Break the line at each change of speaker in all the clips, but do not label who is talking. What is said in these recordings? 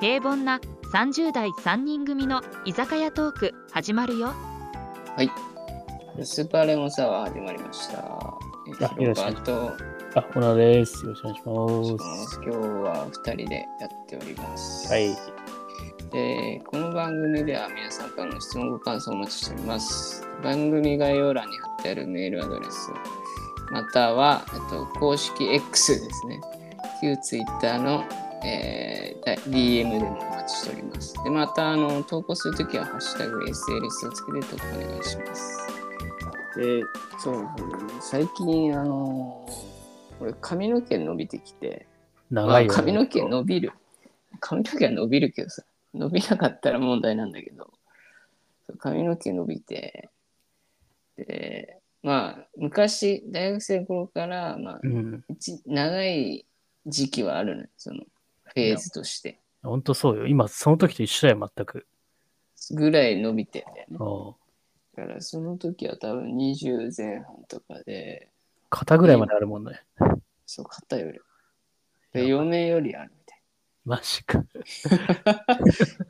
平凡な30代3人組の居酒屋トーク始まるよ
スーパーレモンサワー始まりました。
あよろしく
バと
あ、小野です。よろしくお願いします。
今日は2人でやっております。
はい。
で、この番組では皆さんからの質問ご感想をお待ちしております。番組概要欄に貼ってあるメールアドレス、または、えっと、公式 X ですね。旧 Twitter の、えー DM でもお待ちしております。で、また、あの、投稿するときは、ハッシュタグ SLS をつけて投稿お願いします。で、そうなんですね。最近、あの、俺、髪の毛伸びてきて、
長いよ、
まあ髪の毛伸びる。髪の毛は伸びるけどさ、伸びなかったら問題なんだけど、そう髪の毛伸びて、で、まあ、昔、大学生の頃から、まあ、
うん。
一長い時期はあるのよ、その、フェーズとして。
ほんとそうよ。今、その時と一緒だよ、全く。
ぐらい伸びてんだよね。
おう
だから、その時は多分20前半とかで、
肩ぐらいまであるもんね。
そう、肩より。で、嫁よりあるみたいな。
マジか。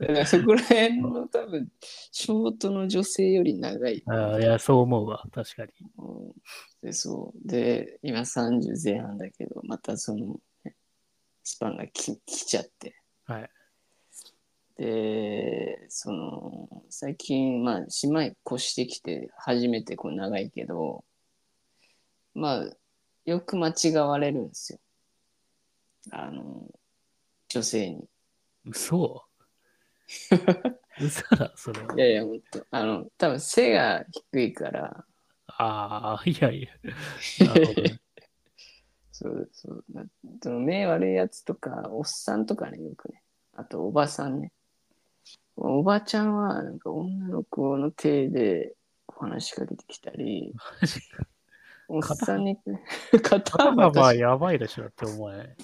だからそこら辺の多分、ショートの女性より長い。
あーいや、そう思うわ。確かに。
うんで、そう。で、今30前半だけど、またその、ねスパンがき来ちゃって。
はい。
で、その、最近、まあ、島へ越してきて、初めてこう長いけど、まあ、よく間違われるんですよ。あの、女性に。
嘘嘘だ、それ。
いやいや、本当あの、多分背が低いから、
ああ、いやい や。なるほどね
そうそうなその目悪いやつとか、おっさんとかね、よくね。あと、おばさんね。おばちゃんは、なんか女の子の手でお話しかけてきたり、
マジか
おっさんに、 肩
肩
幅
がまあ
確
やばいでしょ、だってお前。
か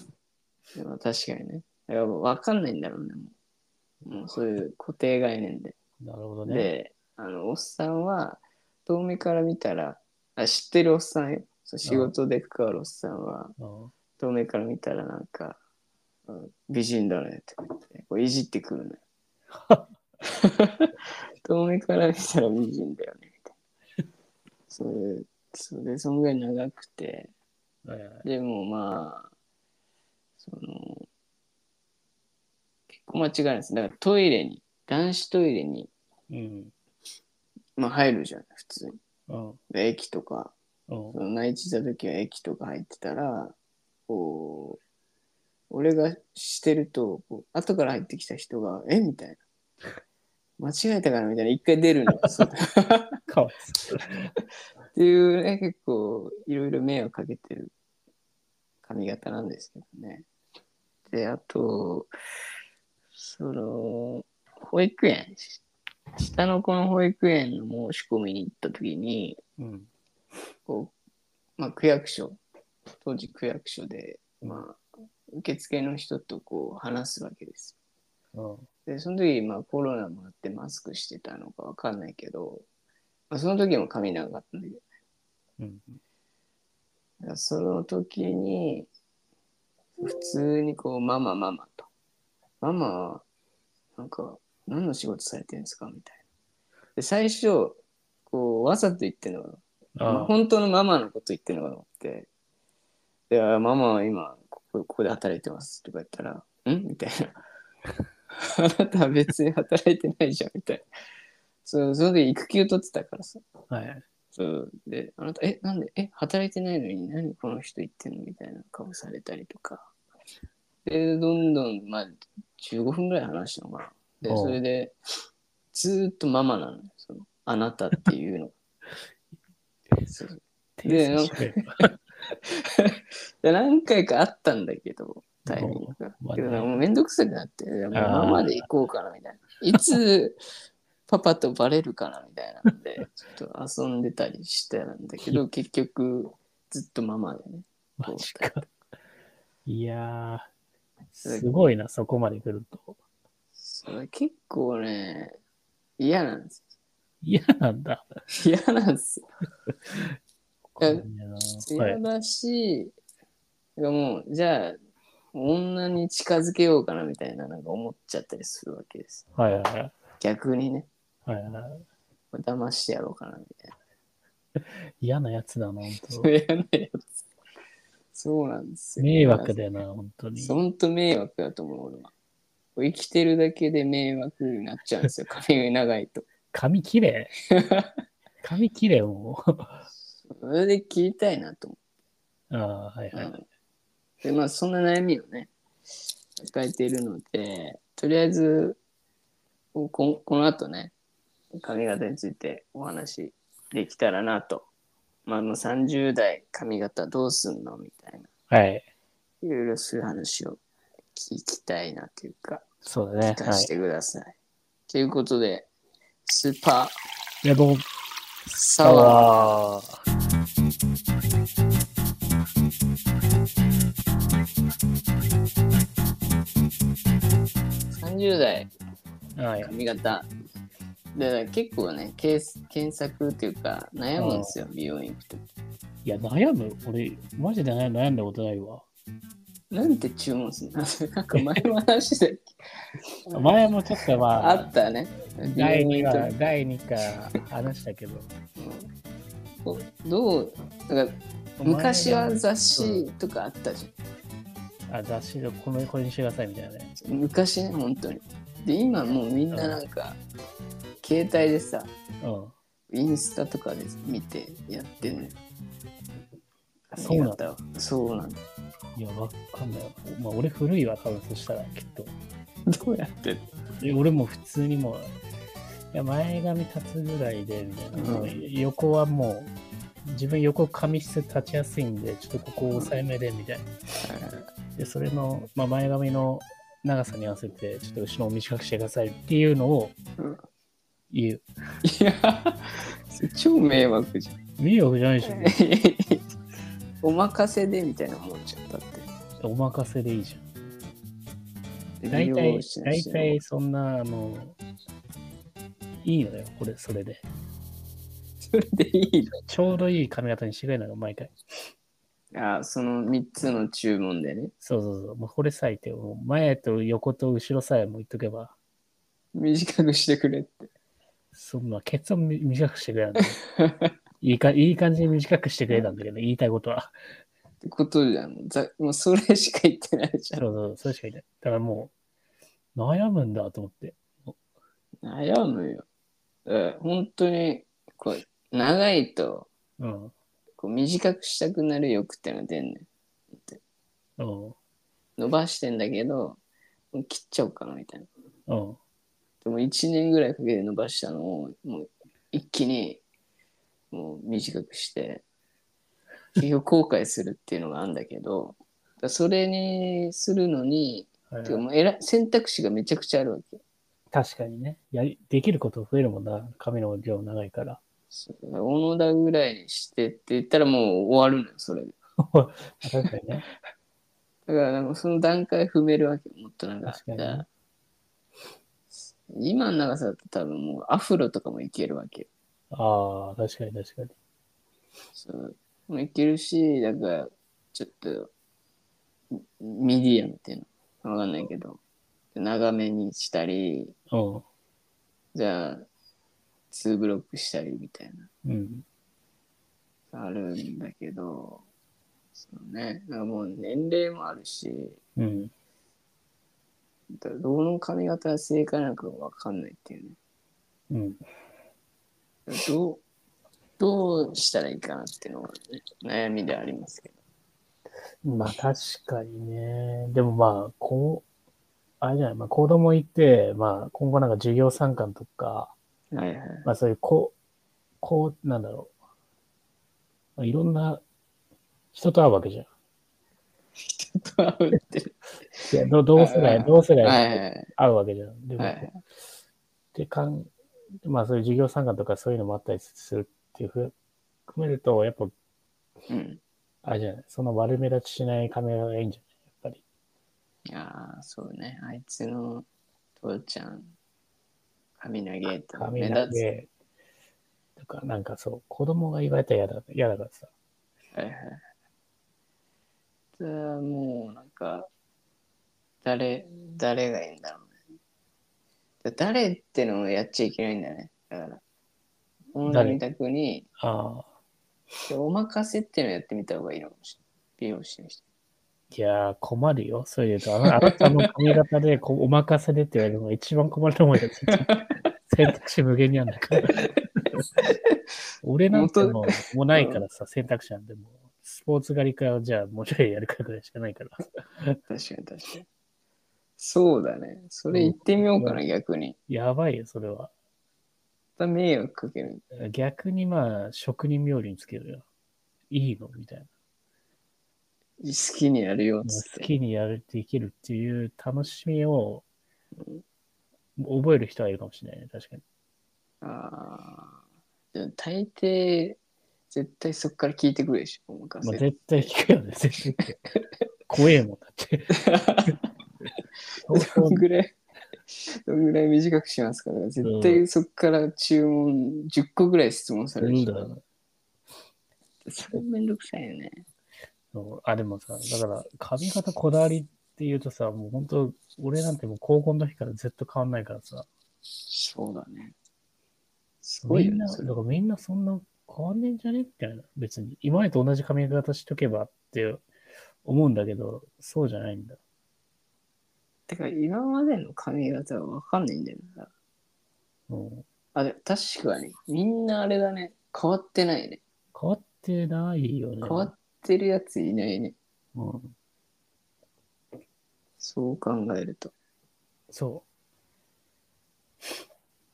確かにね。だからわかんないんだろうね。もうもうそういう固定概念で。
なるほどね。
で、あの、おっさんは、遠目から見たら、あ知ってるおっさんよ。そう仕事で関わるおっさんは、
うん
遠目から見たらなんか、うん美人だねとか言って、こういじってくるのよ。遠目から見たら美人だよねみたいな。それ、それで、そのぐらい長くて、
はいはい
でもまあ、その、結構間違いないです。だからトイレに、男子トイレに、
うん。
まあ入るじゃん、普通に。
うん。
で駅とか、
う
そ。
ん
の内地座時は駅とか入ってたら、こう、俺がしてると、こう後から入ってきた人が、えみたいな。間違えたかなみたいな、一回出るの。そうっ
かわいそう。
ていうね、結構、いろいろ迷惑かけてる髪型なんですけどね。で、あと、その、保育園、下の子の保育園の申し込みに行った時に、
うん。
こう、まあ、区役所、当時区役所で、まあ、受付の人とこう話すわけです
うん。
よ。で、その時、まあ、コロナもあってマスクしてたのかわかんないけど、まあ、その時も髪長かったんだけど、
うん。
だからその時に、普通にこう、ママ、ママと。ママは、なんか、何の仕事されてるんですかみたいな。で、最初、こう、わざと言ってるのが、まあ
あ
本当のママのこと言ってるのかと思って、で、あママは今ここ、ここで働いてますとか言ったら、んみたいな。あ なたは別に働いてないじゃん、みたいな。そう、その時育休取ってたからさ。
あ。はい。
そう。で、あなた、え、なんで、え、働いてないのに何この人言ってんのみたいな顔されたりとか。で、どんどん、まあ、15分ぐらい話したのかな。で、
おう
それで、ずーっとママなのよ。その、あなたっていう の。そうで
訂正しろよ
で何回かあったんだけど、タイミングが。
まあ
けど
ね
なんかもうめんどくさくなって、いやもう
あー
ママで行こうかなみたいな。いつパパとバレるかなみたいなので、ちょっと遊んでたりしてたんだけ ど、結局ずっとママでね。
マジか。いやー、
す
すごいな、そこまで来ると。
それ結構ね、嫌なんです
嫌なんだ。
よ。嫌なん ですよ。
いや
嫌だし、いやもう、じゃあ、女に近づけようかなみたいな、なんか思っちゃったりするわけです。
はいはいはい。
逆にね、
はいはい、
騙してやろうかなみたいな。
嫌なやつだな、本
そ
当。
れやんないやつ。そうなんですよ。
迷惑だよな、本当に。
ほんと迷惑だと思う、俺は。生きてるだけで迷惑になっちゃうんですよ、髪が長いと。
髪き れい。髪きれい、もう。
それで切りたいなと思
ああ、はいは
う。
い。
で、まあ、そんな悩みをね、抱えているので、とりあえず、こここの後ね、髪型についてお話できたらなと。まあ、もう30代髪型どうすんのみたいな。
はい。
いろいろそういう話を聞きたいなというか、
そうだね
聞。か
は
せ
い。
てください。ということで、スーパー
レモン
サ
サ
ワー。
ワー。
30代
はい。
髪型。だから結構ね、ケース検索っていうか悩むんですよ、美容院行くと。
いや、悩む。俺、マジで悩悩んだことないわ。
なんて注文するの なんか前の話で
前もちょっとまあ、
あったね。
第2
病
話、
院
第2回話したけど。
とうんどうなんか昔は雑誌とかあったじ
あ雑誌でこのこれにしてくださいみたいなね。
ゃん。昔ね、本当に。で、今もうみんななんか、携帯でさ、
うん。
インスタとかで見てやってんのよ。
そうなん
だ。そうなんだ。
いや、わかんない。まあ、俺古いわ、多分そしたら、きっと。
どうやって
で俺も普通にもう、いや前髪立つぐらいで、みたいな。
うん
横はもう、自分横髪質立ちやすいんで、ちょっとここ抑えめで、みたいな。で、それの、まあ、前髪の長さに合わせて、ちょっと後ろを短くしてくださいっていうのを
うん
言う。
いや、それ超迷惑じゃん。
迷惑じゃないでしょ、
お任せでみたいなもんちゃったって。
お任せでいいじゃん。大
美
体
容師、の
大
人も
体そんな、あの、いいのよ、これ、それで。
それでいい
ちょうどいい髪型にしてくれないの、毎回。
のあその3つの注文でね。
そうそうそう。もうこれさえって、もう前と横と後ろさえも言っとけば、
短くしてくれって。
そんな、ケツをみ短くしてくれたんだよいいか。いい感じに短くしてくれたんだけど、言いたいことは。
ってことじゃん。ざもうそれしか言ってないじ
そ
ゃ
うそう、それしか言いない。だからもう、悩むんだと思って。
ん。悩むよ。うん本当に、こう、長いと、
うん。
こう短くしたくなる欲ってのが出んねん。
うん。
伸ばしてんだけど、もう切っちゃおうかなみたいな。
うん。
でも1年ぐらいかけて伸ばしたのをもう一気にもう短くして結局後悔するっていうのがあるんだけどだからそれにするのに
はい
てかもう選選択肢がめちゃくちゃあるわけ
確かにねやり。できること増えるもんな。髪の量長いから。
そう小野田ぐらいにしてって言ったらもう終わるのよそれで
確かにね。
だからなんかその段階踏めるわけもっとなんか
確かに
だから今の長さだと多分もうアフロとかもいけるわけよ
ああ、確かに確かに。
そう。もういけるし、だから、ちょっと、ミミディアムっていうのわかんないけど、長めにしたり、
うん。
じゃあ、2ブロックしたりみたい
うん。
な、あるんだけど、そうね、なんかもう年齢もあるし、
うん。
だどの髪型が正解なのかわかんないっていうね。
うん。
だからどう、どうしたらいいかなっていうのが、ね、悩みではありますけど。
まあ確かにね。でもまあ、こう、あれじゃない、まあ子供いて、まあ今後なんか授業参観とか、
はいはい。
まあそういうこう、こう、なんだろう。まあ、いろんな人と会うわけじゃん。
は
でど同世
あ
代、
ー
同世
いは
代
い
と
はい。
会うわけじゃん。でも、
はい
ってかん、まあそういう授業参観とかそういうのもあったりするっていうふう、含めると、やっぱ、
うん
あれじゃない、その悪目立ちしないカメラがいいんじゃないやっぱり。
いやーそうね。あいつの父ちゃん、髪投げと
髪
目
だ
立つ。
けとか、なんかそう、子供が言われたら嫌だ嫌だからさ。
はいはい。じゃあもうなんか、誰、誰がいいんだろうね。誰ってのをやっちゃいけないんだね。だから、女みたくに、
ああ。
でお任せってのをやってみた方がいいのかもしれない。美容師の人。
いやー、困るよ。そういうと、あなあなたの髪型でこうお任せでって言われるのが一番困ると思うよ。 絶対選択肢無限にあるんだから。俺なんてもうもうないからさ、選択肢なんでもう。スポーツ狩りか、じゃあもうちょいやるかぐらいしかないから。
確かに確かに。そうだね。それ言ってみようかな、
う
逆に。
やばいよ、それは。
また迷惑かける。
逆にまあ、職人冥利につけるよ。いいのみたいな。
好きにやるよ、つっ
好
て。
きにやる、できるっていう楽しみを覚える人はいるかもしれないね、確かに。
ああ。でも大抵、絶対そっから聞いてくるでしょ、お任
まあ、
せ。
絶対聞くよね、絶対聞くよ。怖えもんだって。
どんぐらい、どんぐらい短くしますかね絶対そっから注文10個ぐらい質問される
いいん
し
だよ。
それめんどくさいよね。
そうあ、でもさ、だから髪型こだわりっていうとさ、もう本当、俺なんてもう高校の時からずっと変わんないからさ、
そうだね。すごい
み
よ
ん
ね
な、。
そ
だ
れ
からみんなそんな変わんねえんじゃねみたいな。別に、今までと同じ髪型しとけばって思うんだけど、そうじゃないんだ。
てか、今までの髪型はわかんないんだよな。
もう
あ、でも確かに。みんなあれだね。変わってないね。
変わってないよね。
変わってるやついないね。
うん、
そう考えると。
そ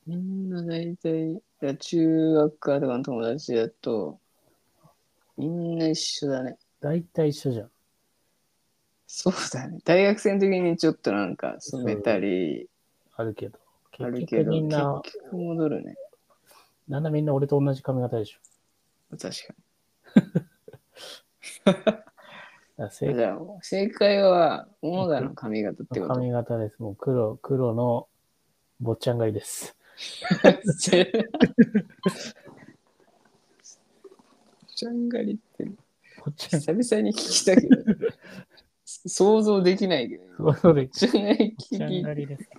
みんな大体、いや中学からとかの友達だと、みんな一緒だね。
う。大体一緒じゃん。
そうだね。大学生の時にちょっとなんか染めたり、
あるけど。
あ
結
るけ
局
ど、
みん
結
な、
局戻るね。
なんだみんな俺と同じ髪型でしょ。
確か
だから
に。
正
じゃあ、正解は、オモダの髪型ってこ
髪型です。もう黒、黒の坊ちゃんがい いです。
と。ちゃんがりって、
坊ちゃん、
久々に聞きたけど、想像できないけど、
そうで
ちゃんがり
坊ちゃんが
聞
りです。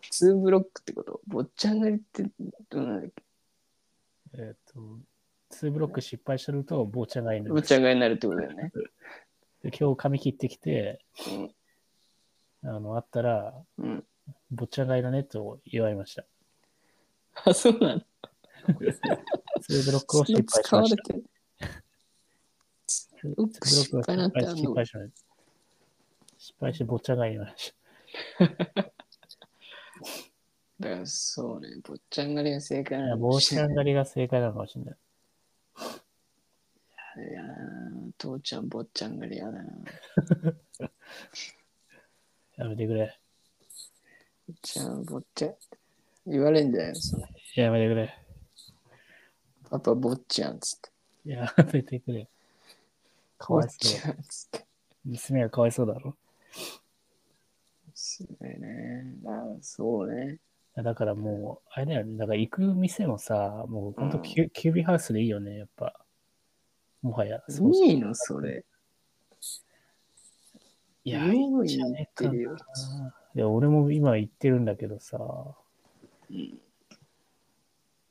き、ツーブロックってことぼっちゃんがりって、どうなんだっ
えっと、2ブロック失敗すると坊ちゃんがいい
け
の
ぼっちゃんがりになるってことだよね。
で今日髪切ってきて、
うん
あの、あったら、
うん。
坊ちゃんがいだねと言われました。
あ、そうなんだ。
2ブロックを失敗し
使わ
ま
れ
して
る。
た。2ブロック失
失
敗
敗なんてあんの
失敗しました。失敗して坊ちゃんがいました。
だからそうね、坊ちゃん狩りが正解
い
な
や、
の
坊ちゃ
い
ん狩りが正解なのかもしれない。
やー、父ちゃん坊ちゃん狩りやだな。
やめてくれ。
坊ちゃん坊ちゃん。言われんじゃないのその
やめてくれ。
パパ坊ちゃんっつって。
やめてくれ。か
坊
わいそ
ち
う。
ゃんっつって。
娘がかわいそうだろ。
すごいね。あそうね。
だからもう、あれだよね。だから行く店もさ、もう本当キュ、キュービーハウスでいいよね、やっぱ。もはや。そう
いいのそれ。
いや、
い
い
い
いん
の
じゃねえか
言ってるよ
な。いや、俺も今行ってるんだけどさ。
うん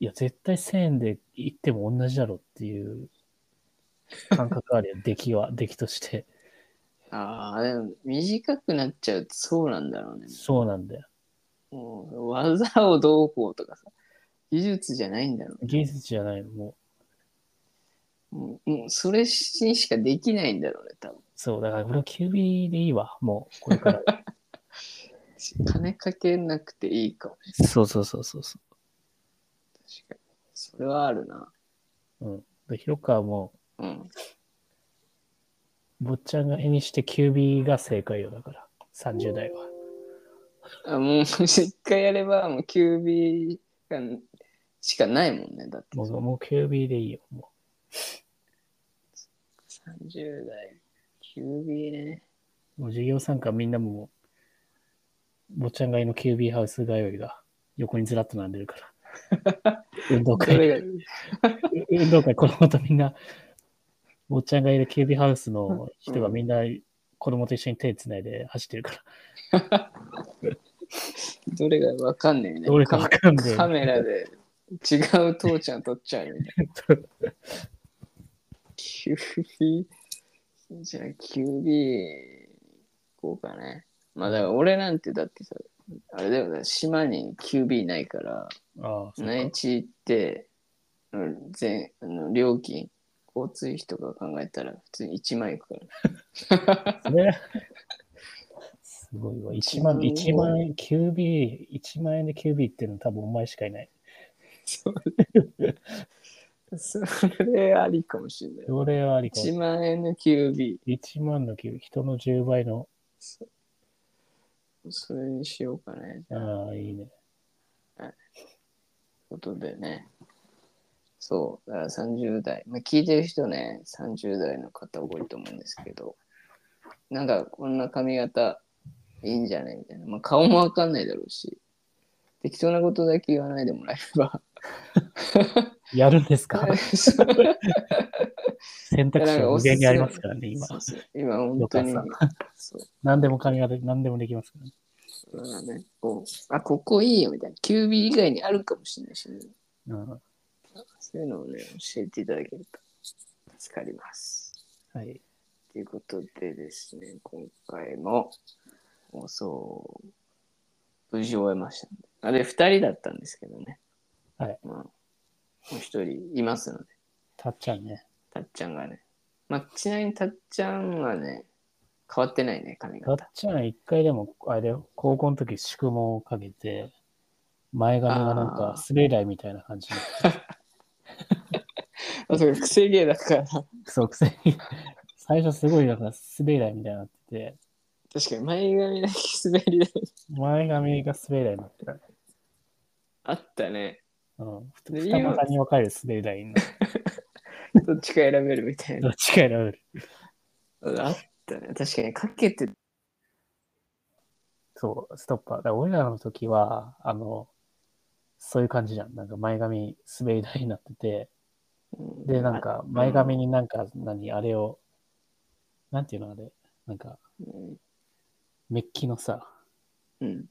いや、絶対1000円で行っても同じだろっていう感覚あるよ。 出来は、出来として。
ああ、でも短くなっちゃうとそうなんだろうね。
そうなんだよ。
もう技をどうこうとかさ、技術じゃないんだろうね。
技術じゃないの、もう。
もうもうそれにしかできないんだろうね、多分。
そう、だから俺はキュービーでいいわ、もう、これから。
金かけなくていいかもし
そうそうそうそうそ
れない。確かに。それはあるな。
う。うん。で、広川も、
うん。
坊ちゃんが絵にしてキュービーが正解よ、だから。30代は。
あもう、一回やれば、もう、キュービーがしかないもんね。だって、
もう、もうキュービーでいいよ、も
30代、キュービーね。
う。もう授業参加みんなもう、坊ちゃんがいのキュービーハウス通いが横にずらっと並んでる から。運動
そ
会、
れが、
運動会、子供とみんな、坊ちゃんがいるキュービーハウスの人がみんな子供と一緒に手つないで走ってるから。
どれがわかんねえね。
どれかわかんねえ
カメラで違う父ちゃん撮っちゃうみたいな。QB、じゃあ QB 行こうかね。まあだから俺なんてだってさ、あれだよね、島に QB ないから、
ああ、そうか
内地行って、うん、全あの料金、交通費とか考えたら普通に1万いくから。
ね。すごいわ。1万、一万円、QB、1万円で QB っていうのは多分お前しかいない。
それ それありかもしれない。
それはありかもしれ
1万円の QB。
ない。1万の QB、人の10倍の、
そそれにしようかね。という
ああ、いいね。
ことでね。そう、だから30代。まあ、聞いてる人ね、30代の方多いと思うんですけど、なんかこんな髪型いいんじゃないみたいな。まあ、顔もわかんないだろうし、適当なことだけ言わないでもらえれば。
やるんですか
そう
選択肢は無限にありますからね、今
そ。うそう今本当に
よかっ。
そう
何でも髪型、何でもできますからね。
だからね、こう、あ、ここいいよみたいな。キュービー以外にあるかもしれないしね。
うん
そういうのをね、教えていただけると助かります。
はい。
ということでですね、今回も放送、無事終えましたんで。あれ、二人だったんですけどね。
はい。
まあ、もう一人いますので、
たっちゃんね。
たっちゃんがね。まあ、ちなみにたっちゃんはね、変わってないね、髪
たっ
型。
ちゃん一回でも、あれだよ、高校の時宿毛をかけて、前髪がなん
あ
か
ー
滑り台みたいな感じに
あ、そうか、癖毛だから。確
そう、くせに。最初すごい、なんか滑り台みたいになってて、
かに前髪だけ滑り台
前髪が滑り台になってた。
あったね。
うん。
で
二股に分かれる滑り台になって、
どっちか選べるみたい
ど
な。
っちか選べる。
あったね。確かにかけて
そう、ストッパー。だから俺らの時は、あの、そういう感じじゃん。なんか前髪滑り台になってて、で、なんか前髪になんか、何、あれを、なんていうのあれ、なんか、
うん
メッキのさ、
うん。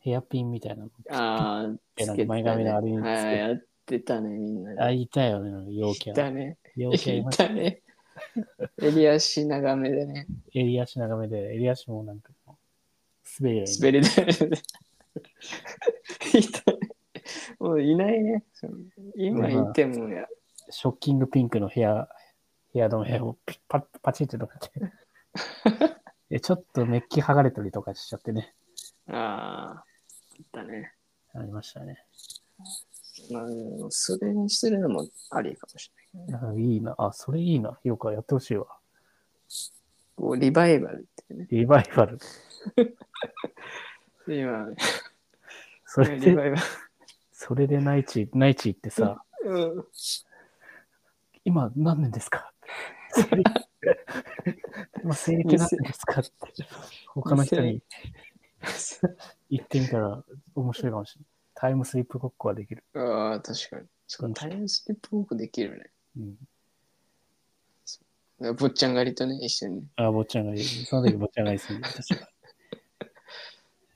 ヘアピンみたいなの。
ああ、
えな
つけてた
んか
ね
前髪のあれにつけて
はい、やってたね、みんなで。
あ、いたよね、陽キ
い
ャ
た。ね。
陽キャい
い
ました
たね。襟足長めでね、
襟足長めで、襟足もなんか、滑り台に
滑り台で。いたね。もういないね。そう今いてもや、
ショッキングピンクの部屋、部屋の部屋をピッパッパチってとかって。 えちょっとメッキ剥がれたりとかしちゃってね。
ああ、あったね。
ありましたね。
まあ、でもそれにするのもありかもしれないけどね。
あいいな。あ、それいいな。よくやってほしいわ。
こう、リバイバルっていうね。
リバイバル。
今、
それ
リ
で、
バイバ
それで内地、内地行ってさ、
ル。うん
今何年ですか今生理何年ですかって、他の人に言ってみたら面白いかもしれない。タイムスリップごっこはできる。
ああ、確かに。そうタイムスリップウォークできるね。
うん。
だから坊ちゃん狩りとね、一緒にね。
あ、坊ちゃんがいい。その時坊ちゃんがいいですね。私 は。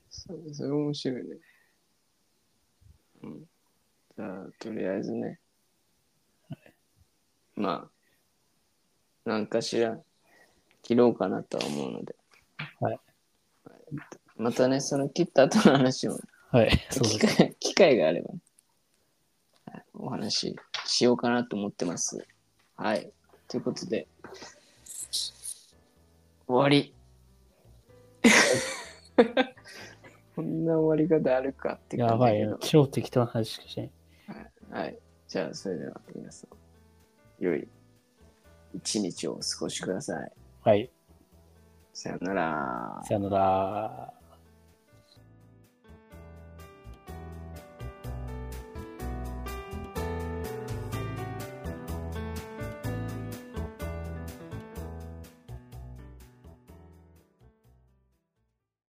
そそれ面白いね。うん。じゃあ、とりあえずね。まあ、なんかしら切ろうかなとは思うので。
はい。
またね、その切った後の話も、
はい。そうです
機。会機会があればね、はいお話ししようかなと思ってます。はい。ということで、終わり。 こんな終わり方あるかって
や
感じだ
ば
け
い
ど
よ。超適当な話しかしない。
はい。じゃあ、それでは皆さん、良い一日をお過ごしください。
はい。
さよなら。
さよなら。